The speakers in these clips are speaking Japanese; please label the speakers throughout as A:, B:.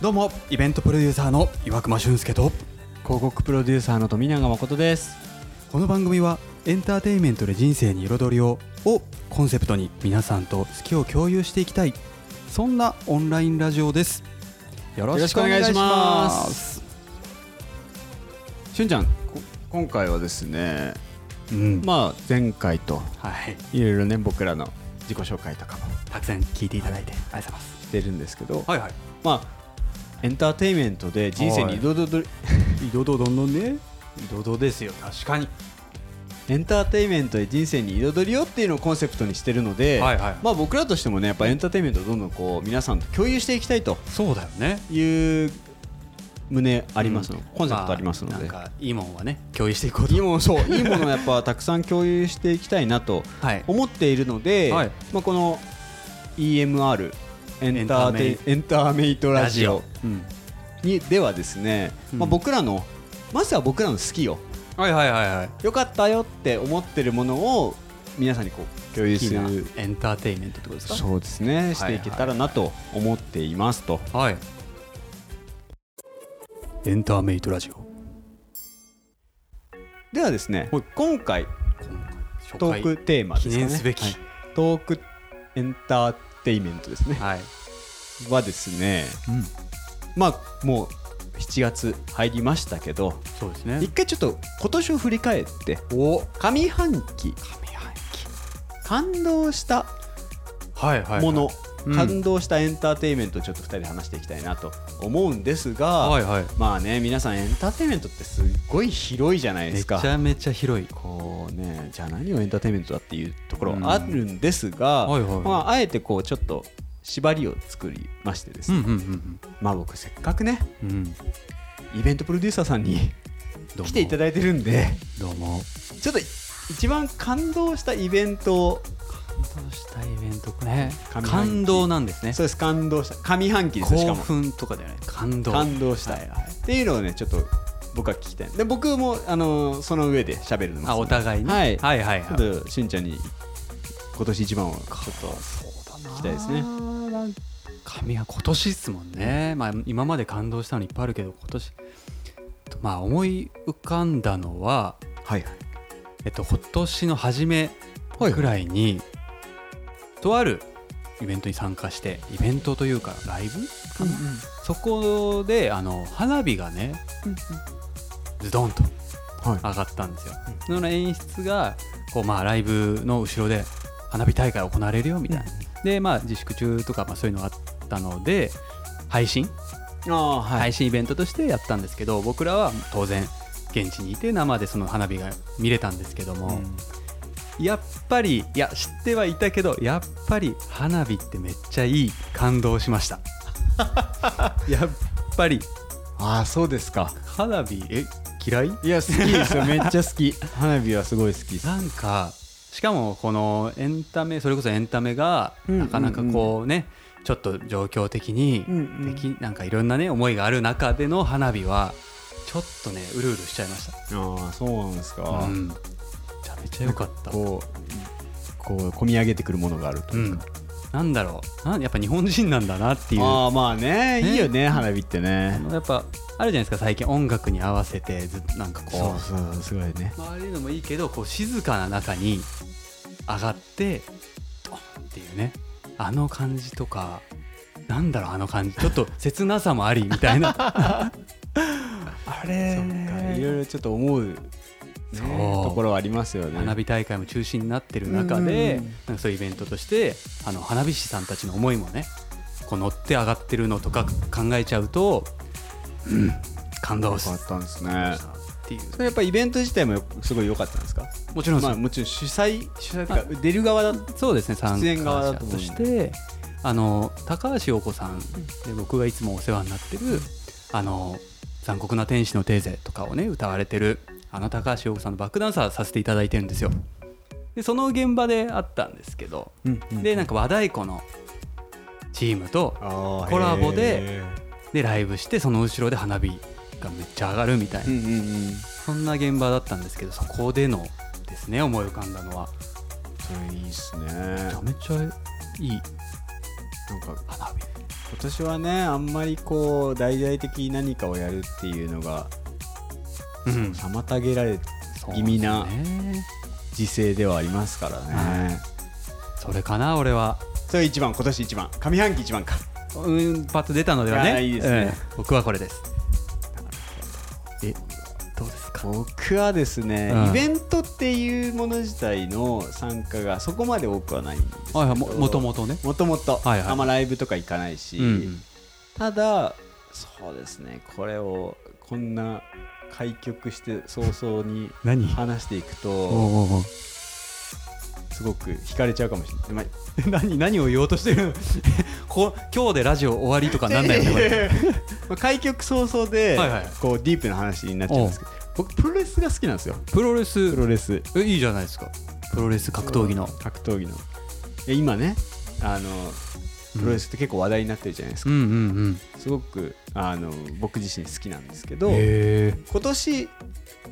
A: どうもイベントプロデューサーの岩隈俊介と
B: 広告プロデューサーの富永誠です
A: この番組はエンターテインメントで人生に彩りををコンセプトに皆さんと好きを共有していきたいそんなオンラインラジオですよろしくお願いします
B: しゅんちゃん、
C: こ今回はですね
A: うん
B: まあ前回と
A: はい
B: いろいろね僕らの自己紹介とかも
A: たくさん聞いていただいてありがとうございます
B: してるんですけど、
A: はいはい
B: まあエンターテインメントで人生に彩り
A: どどどんどんねどどですよ確かに
B: エンターテインメントで人生に彩りをっていうのをコンセプトにしてるので、
A: はいはい
B: まあ僕らとしてもねやっぱエンターテインメントをどんどんこう皆さんと共有していきたいと
A: そうだよね
B: いう胸ありますの、コンセプトありますの
A: まあ
B: で、
A: なんかいいもんはね共有していこうと
B: いいものそういいものをやっぱたくさん共有していきたいなと
A: はい
B: 思っているので、
A: はい
B: まあ、この EMR エンターテイエンターメイトラ
A: ラ
B: ジ
A: ジオ
B: オにではですね、
A: うん
B: まあ、僕らのまずは僕らの好きを
A: はいはいはいはい
B: 良かったよって思ってるものを皆さんにこう共有
A: 好き
B: す
A: な
B: る
A: エンターテインメントってことですか
B: そうですねしていけたらなと思っていますと、
A: はい。エンターメイトラジオ。
B: ではですね
A: はい
B: 今回トークテーマですかね
A: 記念すべき
B: はいトークエンターテイメントですね
A: はい。
B: はですね、
A: うん
B: まあもう7月入りましたけど
A: そうですね
B: 一。回ちょっと今年を振り返って
A: お。
B: 上半期感動した
A: はいはい。
B: もの、。
A: うん
B: 感動したエンターテインメントをちょっと2人で話していきたいなと思うんですが、
A: はいはい。
B: まあね皆さんエンターテインメントってすっごい広いじゃないで
A: め
B: す
A: ち
B: か。
A: ゃめちゃ広い。
B: こうね、じゃあ何をエンターテインメントだっていうところ
A: うん
B: あるんですが、
A: はいはいはい
B: まあ、あえてこうちょっと縛りを作りましてです
A: うん
B: ね、
A: うんうん
B: まあ僕せっかくね
A: うん。うん。
B: イベントプロデューサーさんに来ていただいてるんで
A: どうも。
B: ちょっと一番感動したイベントを
A: 感動したイベントね。
B: 上半期
A: 感動なんですね
B: そ。うです感動した上半期ですし
A: 興
B: かも
A: 奮とかだよね。感動。
B: 感動した、
A: はいはい
B: っていうのをねちょっと僕は聞きたいで僕も、あのーその上で喋るのも
A: あ、お互いね。
B: はい、
A: はいはいはい。
B: ちょっとしゅんちゃんに今年一番をちょっと聞きたいですね
A: 神は今年ですもんね、まあ、今まで感動したのいっぱいあるけど今年まあ思い浮かんだのは、
B: はい
A: えっと、今年の初め
B: はい
A: くらいに、とあるイベントに参加してイベントというかライブかな、そこであの花火がね、ズドンと
B: はい
A: 上がったんですよ、その演出がこう、まあ、ライブの後ろで花火大会行われるよみたいな、でまあ自粛中とか、まあ、そういうのがあったので配信、
B: ああはい、
A: 配信イベントとしてやったんですけど僕らは当然現地にいて生でその花火が見れたんですけども、やっぱりいや知ってはいたけどやっぱり花火ってめっちゃいい感動しま したやっぱり
B: ああそうですか
A: 花火え嫌い
B: いや好きですよめっちゃ好 き花火はすごい好きです
A: なんかしかもこのエンタメそれこそエンタメが
B: うん
A: なかなかこうね、ちょっと状況的に、
B: うんうん
A: できなんかいろんなね思いがある中での花火はちょっとねうるうるしちゃいまし
B: ああそうなんです
A: た、
B: か、
A: うんめちゃめちゃ良かった
B: こうこう込み上げてくるものがあると
A: う
B: いうか、
A: ん、なんだろうなんやっぱ日本人なんだなっていう
B: ああまあね
A: ね
B: いいよね花火ってね
A: やっぱあるじゃないですか最近音楽に合わせてずっとなんかこう
B: そうすごいね
A: まあ、ああいうのもいいけどこう静かな中に上がってドンっていうねあの感じとかなんだろうあの感じちょっと切なさもありみたい なあれ
B: そっかいろいろちょっと思う,、ね、
A: そう
B: ところはありますよね
A: 花火大会も中止になってる中で、
B: うんうんうん
A: なんかそういうイベントとしてあの花火師さんたちの思いもねこう乗って上がってるのとか考えちゃうと、うん感動し
B: 変
A: ま
B: わ
A: し
B: ったんです
A: た
B: ね
A: っていう
B: それやっぱイベント自体もよすごい良かったんですか
A: もちろんです
B: ま
A: よ
B: あもちろん主催主催というか出る側だった
A: そうですね参
B: 出演側
A: 加者
B: だと思う
A: としてあの高橋洋子さんで僕がいつもお世話になってる「あの残酷な天使のテーゼ」とかをね歌われてるあの高橋洋子さんのバックダンサーさせていただいてるんですよでその現場であったんですけど、でなんか和太鼓のチームとコ
B: コ
A: ラボででライブしてその後ろで花火がめっちゃ上がるみたいな、
B: うんうんうん
A: そんな現場だったんですけどそこでのですね思い浮かんだのは
B: それいいっすね
A: めちゃめちゃいい
B: なんか
A: 花火
B: 今年はねあんまりこう大々的に何かをやるっていうのが
A: うん
B: 妨げられ
A: そう
B: 気味な
A: ですね
B: 時勢ではありますからね、
A: はそれかな俺は
B: それ一番今年一番上半期一番か
A: うんパッと出たのではね
B: あーいいですね
A: うん僕はこれですえどうですか
B: 僕はですね、
A: うん
B: イベントっていうもの自体の参加がそこまで多くはないんですけど
A: はいはいももともとね
B: もともと
A: はいはい
B: あんまライブとか行かないし、
A: うん
B: ただそうですねこれをこんな開局して早々に
A: 何
B: 話していく
A: お
B: と
A: うおうおう
B: すごく惹かれちゃうかもしれない、まあ
A: 何何を言おうとしてるこ今日でラジオ終わりとかなんないよねこれ
B: まあ開局早々で、
A: はいはい
B: こうディープな話になっちゃうんですけど僕プロレスが好きなんですよ
A: プロレス
B: プロレス
A: えいいじゃないですかプロレス格闘技の
B: 格闘技のえ今ねあのプロレスって結構話題になってるじゃないです
A: う
B: か、
A: んうんうん
B: すごくあの僕自身好きなんですけど
A: へえ
B: 今年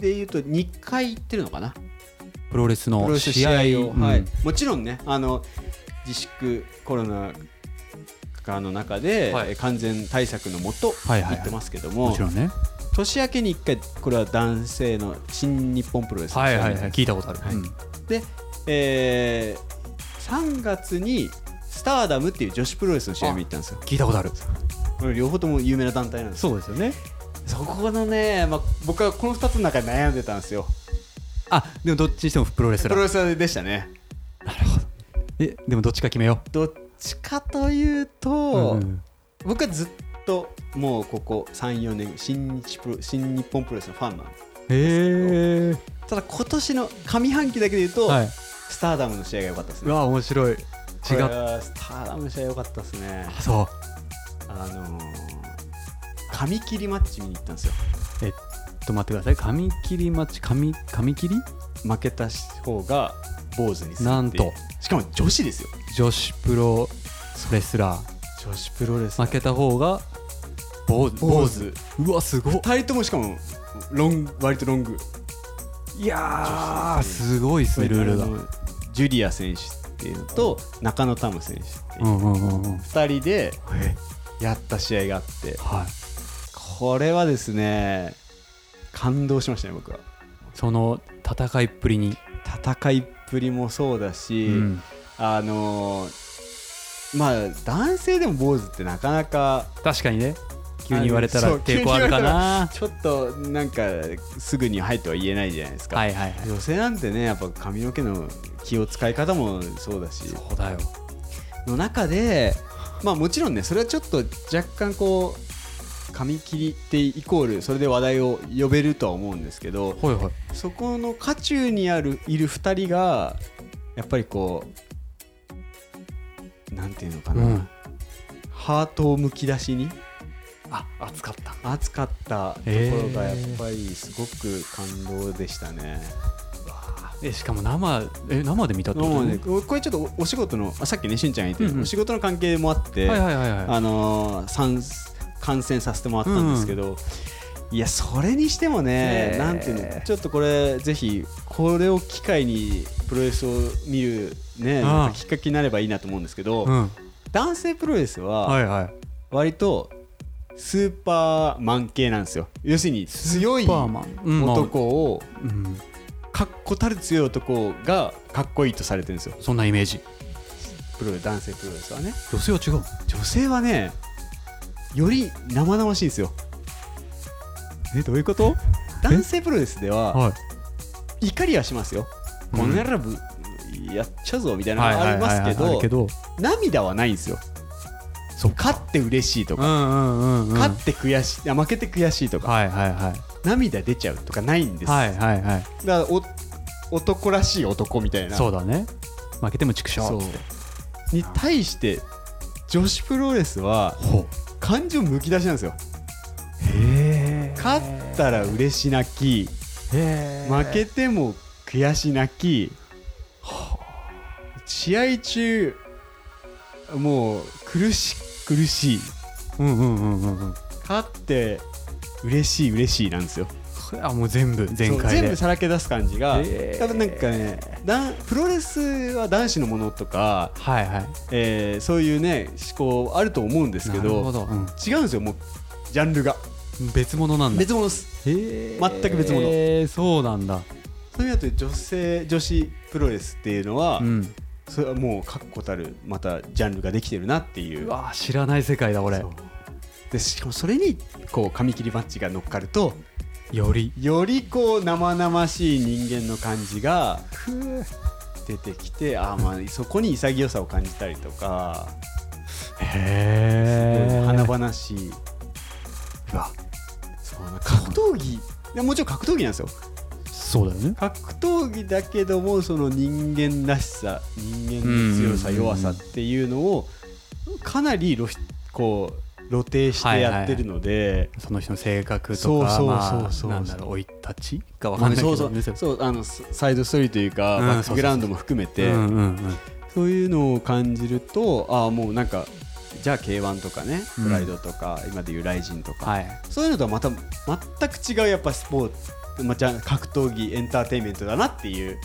B: でいうと2回行ってるのかな
A: プロレス
B: プロ
A: の
B: レス
A: 試合をうん
B: はい、もちろんねあの自粛コロナ禍の中で、
A: はい
B: え完全対策のもと
A: はいはいは
B: 行
A: い
B: ってますけども,、
A: もちろんね
B: 年明けに1回これは男性の新日本プロレスの
A: は
B: 試
A: い
B: 合
A: はいはい聞いたことある
B: はい
A: うん
B: で、えー3月にスターダムっていう女子プロレスの試合見に行ったんですよ
A: 聞いたことある
B: これ両方とも有名な団体なんですよ
A: うですよね
B: そこのね、まあ、僕はこの2つの中で悩んでたんですよ
A: あでもどっちにしてもプロレス
B: プ
A: ラ
B: ロ
A: ー
B: レスでしたね
A: えでもどっちか決めよ
B: どっちかという
A: う
B: と、
A: うんうん
B: 僕はずっともうここ34年新日プロ新日本プロレスのファンなんです
A: へえ
B: ただ今年の上半期だけで言うと、
A: はい
B: スターダムの試合が良かったです
A: う
B: ね
A: わ面白い違う
B: これはスターダムの試合良かったですね
A: あそう
B: あのー、髪切りマッチ見に行ったんですよ
A: えっと待ってください髪切り待ち髪髪切り
B: 負けた方が坊主にするっていう
A: なんと
B: しかも女子ですよ
A: 女子プロレスラ
B: 女子プロレス
A: ー負けた方が坊主
B: 坊主
A: うわすごっ
B: 2人ともしかもロン割とロング
A: いやー
B: 女子です
A: すごいですねルールが
B: あのジュリア選手っていうのと中野タム選手っていう
A: うんうんうんうん
B: 2人でやった試合があって
A: はい
B: これはですね感動しましたね僕は
A: その戦いっぷりに、
B: 戦いっぷりもそうだし、
A: うん
B: あのーまあ男性でも坊主ってなかなか
A: 確かにね急に言われたら
B: そう
A: 抵抗あるかな
B: ちょっとなんかすぐに「はい」とは言えないじゃないですか、
A: はいはいはい
B: 女性なんてねやっぱ髪の毛の気を使い方もそうだし
A: そうだよ
B: の中でまあもちろんねそれはちょっと若干こう髪切りってイコールそれで話題を呼べるとは思うんですけど
A: ほいほい
B: そこの渦中にあるいる2人がやっぱりこうなんていうのかな、
A: うん
B: ハートをむき出しに
A: あ熱かった
B: 熱かったところがやっぱりすごく感動でしたね。
A: えしかも生え生で見たってこ
B: も
A: と
B: う
A: ね
B: ねこれちょっとおお仕事のあさっきねしんちゃんが言って、
A: うんうん
B: お仕事の関係もあって、
A: はいはいはいは
B: あのー参観戦させてもらったんですけど、いやそれにしてもね
A: ねえ
B: なんていうのちょっとこれぜひこれを機会にプロレスを見る、ね、
A: うん
B: なんかきっかけになればいいなと思うんですけど、
A: いうん
B: 男性プロレス
A: は
B: はい
A: はい
B: 割とスーパーマン系なんですよ要するに強い
A: パーマンうんまあ
B: 男を
A: うん
B: 確固たる強い男がかっこいいとされてるんですよ
A: そんなイメージ
B: プロレス男性プロレスはね
A: 女性は違う
B: 女性はねより生々しいんですよ
A: えどういうこと
B: 男性プロレスでは
A: はい
B: 怒りはしますよ、
A: うん
B: この野郎ぶやっちゃうぞみたいな
A: はい
B: のが
A: は
B: あ
A: い
B: り
A: は
B: ま
A: い
B: す
A: はいあ
B: け
A: るけ
B: ど
A: ど
B: 涙はないんですよ
A: そっ
B: 勝って嬉しいと
A: う
B: か、
A: んうんうんうん
B: 勝って悔しいあ負けて悔しいとか、
A: はいはいはい
B: 涙出ちゃうとかないんです、
A: はいはいはい
B: だからお男らしい男みたいな
A: そうだね負けても畜生
B: そう
A: っつって
B: に対して女子プロレスは
A: ほう
B: 感情むき出しなんですよ
A: へ
B: 勝ったら嬉し泣き
A: え
B: 負けても悔し泣き、試合中もう苦しい苦しい
A: うんうんうんうんうん
B: 勝って嬉しい嬉しいなんですよ
A: それはもう全部全
B: そう
A: 開
B: 全
A: で
B: 部さらけ出す感じが、
A: へー
B: 多分なんかねだんプロレスは男子のものとか、
A: はいはい
B: えーそういうね思考あると思うんですけ
A: なる
B: ど
A: ほど、うん
B: 違うんですよもうジャンルが
A: 別物なんだ
B: 別物です
A: へー
B: 全く別物
A: へーそうなんだ
B: そういう意味だと女性女子プロレスっていうのは、
A: うん
B: それはもう確固たるまたジャンルができてるなっていうう
A: わー知らない世界だ俺
B: そうでしかもそれにこう髪切りマッチが乗っかると
A: より
B: よりこう生々しい人間の感じが出てきてあーまあそこに潔さを感じたりとか
A: へえ
B: 華々しいうわそうな格闘技いやもちろん格闘技なんですよ
A: そうだよね
B: 格闘技だけどもその人間らしさ人間の強さ
A: うん
B: 弱さっていうのをかなり露出こう露呈してやってるので、
A: その人の性格
B: そ
A: と
B: う
A: か
B: そう
A: まあ
B: そうそう
A: なんだろう生い立ちかわ
B: ま
A: か
B: あ
A: んな
B: ね
A: いけ
B: そうそ
A: どね
B: うそうあのササイドストーリーというか、
A: うん
B: バックグラウンドも含めて、
A: うんうんうん
B: そういうのを感じるとああもうなんかじゃあ k 1とかね
A: うん
B: プライドとか、今でいうライジンとか、
A: はい
B: そういうのとはまた全く違うやっぱスポーツ、まあ、じゃあ格闘技エンターテインメントだなっていう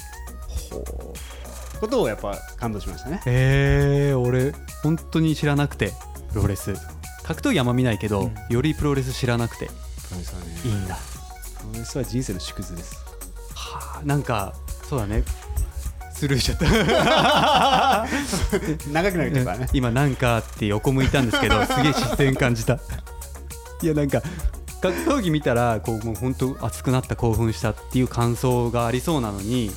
B: ことをやっぱ感動しましたね。
A: えー、俺本当に知らなくてプロレス格闘技あんま見ないけど、よりプロレス知らなくて
B: プロレスはね
A: いいんだ
B: プロレスは人生の縮図です。
A: はあなんかそうだねスルーしちゃった
B: 長くなるとかね。
A: 今なんかって横向いたんですけ どすげえ視線感じたいやなんか格闘技見たらこうもう本当熱くなった興奮したっていう感想がありそうなのに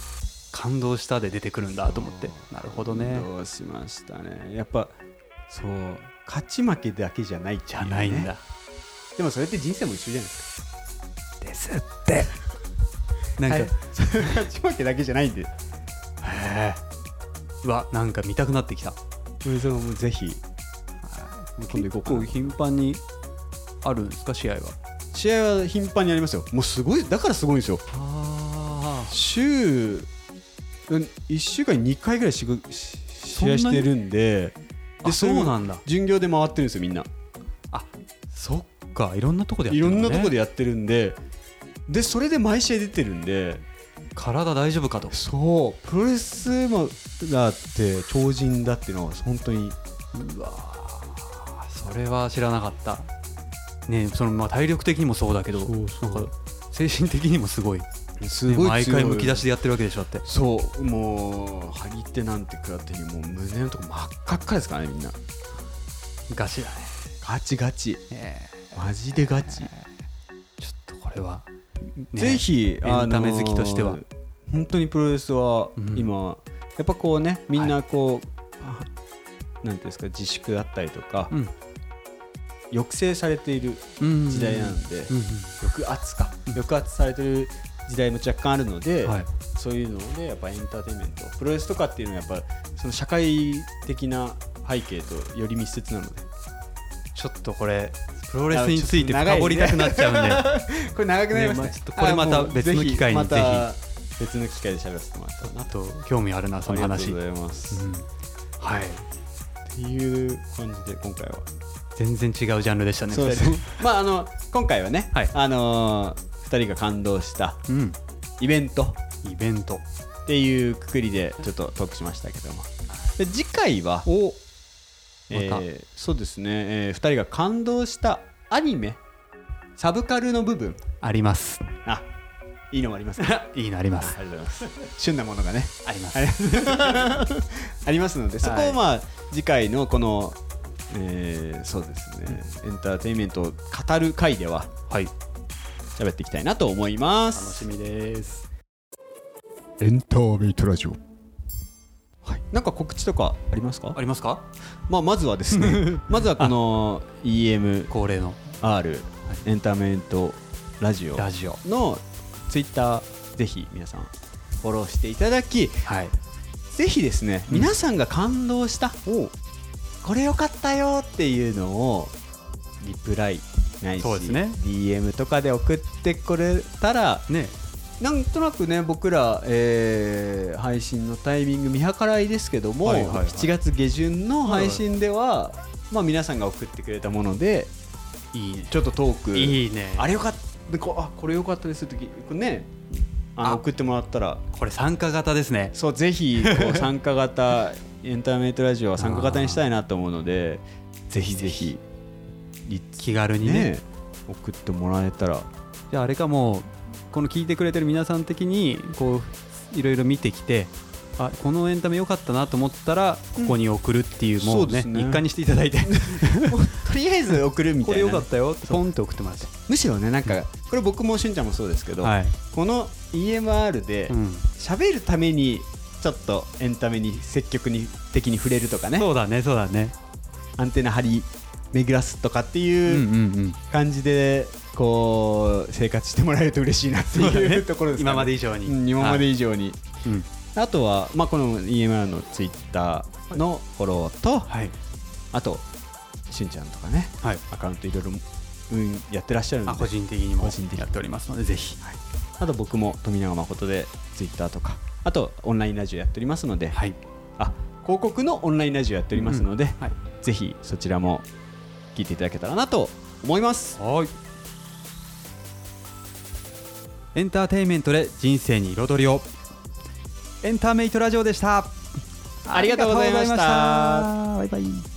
A: 感動したで出てくるんだと思ってなるほどね
B: どうしましたね。やっぱそう勝ち負けだけじゃないって
A: じ
B: いう
A: ゃ
B: ね
A: ないんだ
B: でもそれって人生も一緒じゃないですか。
A: ですってなんか、
B: はい 勝ち負けだけじゃないんで。
A: へーうわなんか見たくなってきた
B: プロレスはもうぜひ今度行こうかな
A: 結構頻繁にあるんですか試合は
B: 試合は頻繁にやりますよ。もうすごいだからすごいんですよ。
A: あ
B: 週1週間に2回ぐらいしぐし
A: ん
B: 試
A: な
B: 合
A: に
B: してるんで
A: あそう
B: の
A: なんだ
B: 巡業で回ってるんですよみんな
A: そっかいろんなとこでやっ
B: い
A: て
B: ろ
A: る
B: んなとこ
A: で
B: でやってるんででそれで毎試合出てるんで
A: 体大丈夫かと
B: そうプロレスもだって超人だっていうのは本当に
A: うわーそれは知らなかったねそのまあ体力的にもそうだけどなんか精神的にもすごい
B: すご
A: ね
B: い強い、
A: 毎回むき出しでやってるわけでしょだって
B: そうもう張り手なんて食らってにもう胸のとこ真っ赤っかですからねみんな
A: ガチだ
B: ガチガチ
A: ね
B: マジでガチ
A: ちょっとこれは、ね
B: ぜひ
A: エンタメ好きとしては
B: あのー本当にプロレスは
A: うん
B: 今、やっぱこうねみんなこう、あなんていうんですか自粛だったりとか、
A: うん
B: 抑制されている
A: うん
B: 時代なんで、
A: うん
B: 抑圧か、抑圧されてる時代も若干あるので、
A: うんはい
B: そういうのでやっぱエンターテインメントプロレスとかっていうのはやっぱその社会的な背景とより密接なので
A: ちょっとこれプロレスについて深掘りたくなっちゃうんで
B: これ長くな
A: ね
B: りましたね
A: まあちょっとこれまた
B: あもう
A: 別の機会に
B: ぜひまた別の機会で喋らせてもらったらな
A: あと興味あるなその話
B: ありがとうございます、
A: うんはい
B: っていう感じで今回は、
A: 全然違うジャンルでしたね
B: そうですねまああの今回はね、
A: はい
B: あのー、2人が感動した
A: 二人うん
B: イベント
A: イベント
B: っていうくくりでちょっとトークしましたけどもで次回は、
A: お
B: え
A: また
B: ーそうですね、え2人が感動したアニメサブカルの部分
A: あります
B: あいいのもありますねあ
A: いい のあります
B: りがとうございます旬なものがね
A: あります
B: ありありますのでそこ
A: は
B: を
A: い
B: まあ次回のこの、えーそうですねエンターテインメントを語る回では
A: はい
B: 喋っていきたいなと思います
A: 楽しみです
C: エンターメイトラジオ
B: はい、なんか告知とかありますか
A: ありますか
B: まあ、まずはで すねまずはこの EMR
A: 恒例の
B: エンターメントラジオ
A: ラジオ
B: のツイッターぜひ皆さんフォローしていただき
A: はい
B: ぜひですね、
A: うん
B: 皆さんが感動したこれよかったよっていうのをリプライないし、
A: そうですね
B: DM とかで送ってこれたら
A: ね
B: なんとなくね僕ら、えー配信のタイミング見計らいですけども、
A: はいはいはい
B: 7月下旬の配信では、まあ、皆さんが送ってくれたもので
A: いいね
B: ちょっとトーク
A: いいね
B: あ
A: れ
B: れよかっでこうあこれ良かったですって時ねあ
A: あ
B: の送ってもらったら
A: これ参加型ですね
B: そうぜひこ う参加型エンターメイトラジオは参加型にしたいなと思うのでぜひぜひリッ
A: 気軽に
B: ね
A: ね
B: 送ってもらえたら
A: じゃああれかもうこの聞いてくれてる皆さん的にこういろいろ見てきてあこのエンタメ良かったなと思ったらここに送るっていう、も
B: そううで
A: ね
B: すね
A: 一環にしていただい て
B: とりあえず送るみ
A: こ
B: た
A: れ
B: い
A: 良
B: な
A: かったよってポンって送ってもらって
B: むしろねなんかこれ僕もしゅんちゃんもそうですけど、
A: はい、
B: この EMR で
A: うん
B: 喋るためにちょっとエンタメに積極に的に触れるとかね
A: そうだねそうだね
B: アンテナ張り巡らすとかって
A: うん
B: いう
A: うん
B: 感じでこう生活してもらえると嬉しいなって
A: そうだ
B: い
A: ね
B: うところですか
A: 今
B: ね
A: まで以上に、
B: うん今まで以上に、
A: はいうん
B: あとは、まあ、この EMR のツイッターのフォローと、
A: はい
B: あとしゅんちゃんとかね
A: はい
B: アカウントいろいろ、うん、やってらっしゃる
A: あ
B: ので
A: 個人的にも
B: 個人的に
A: やっておりますのでぜひ
B: あと僕も富永誠でツイッターとかあとオンラインラジオやっておりますので、
A: はい
B: あ広告のオンラインラジオやっておりますので、
A: はい
B: ぜひそちらも聞いていただけたらなと思います
A: はいエンターテインメントで人生に彩りをエンターメイトラジオでした
B: ありがとうございました
A: ありがとうございましたバイバイ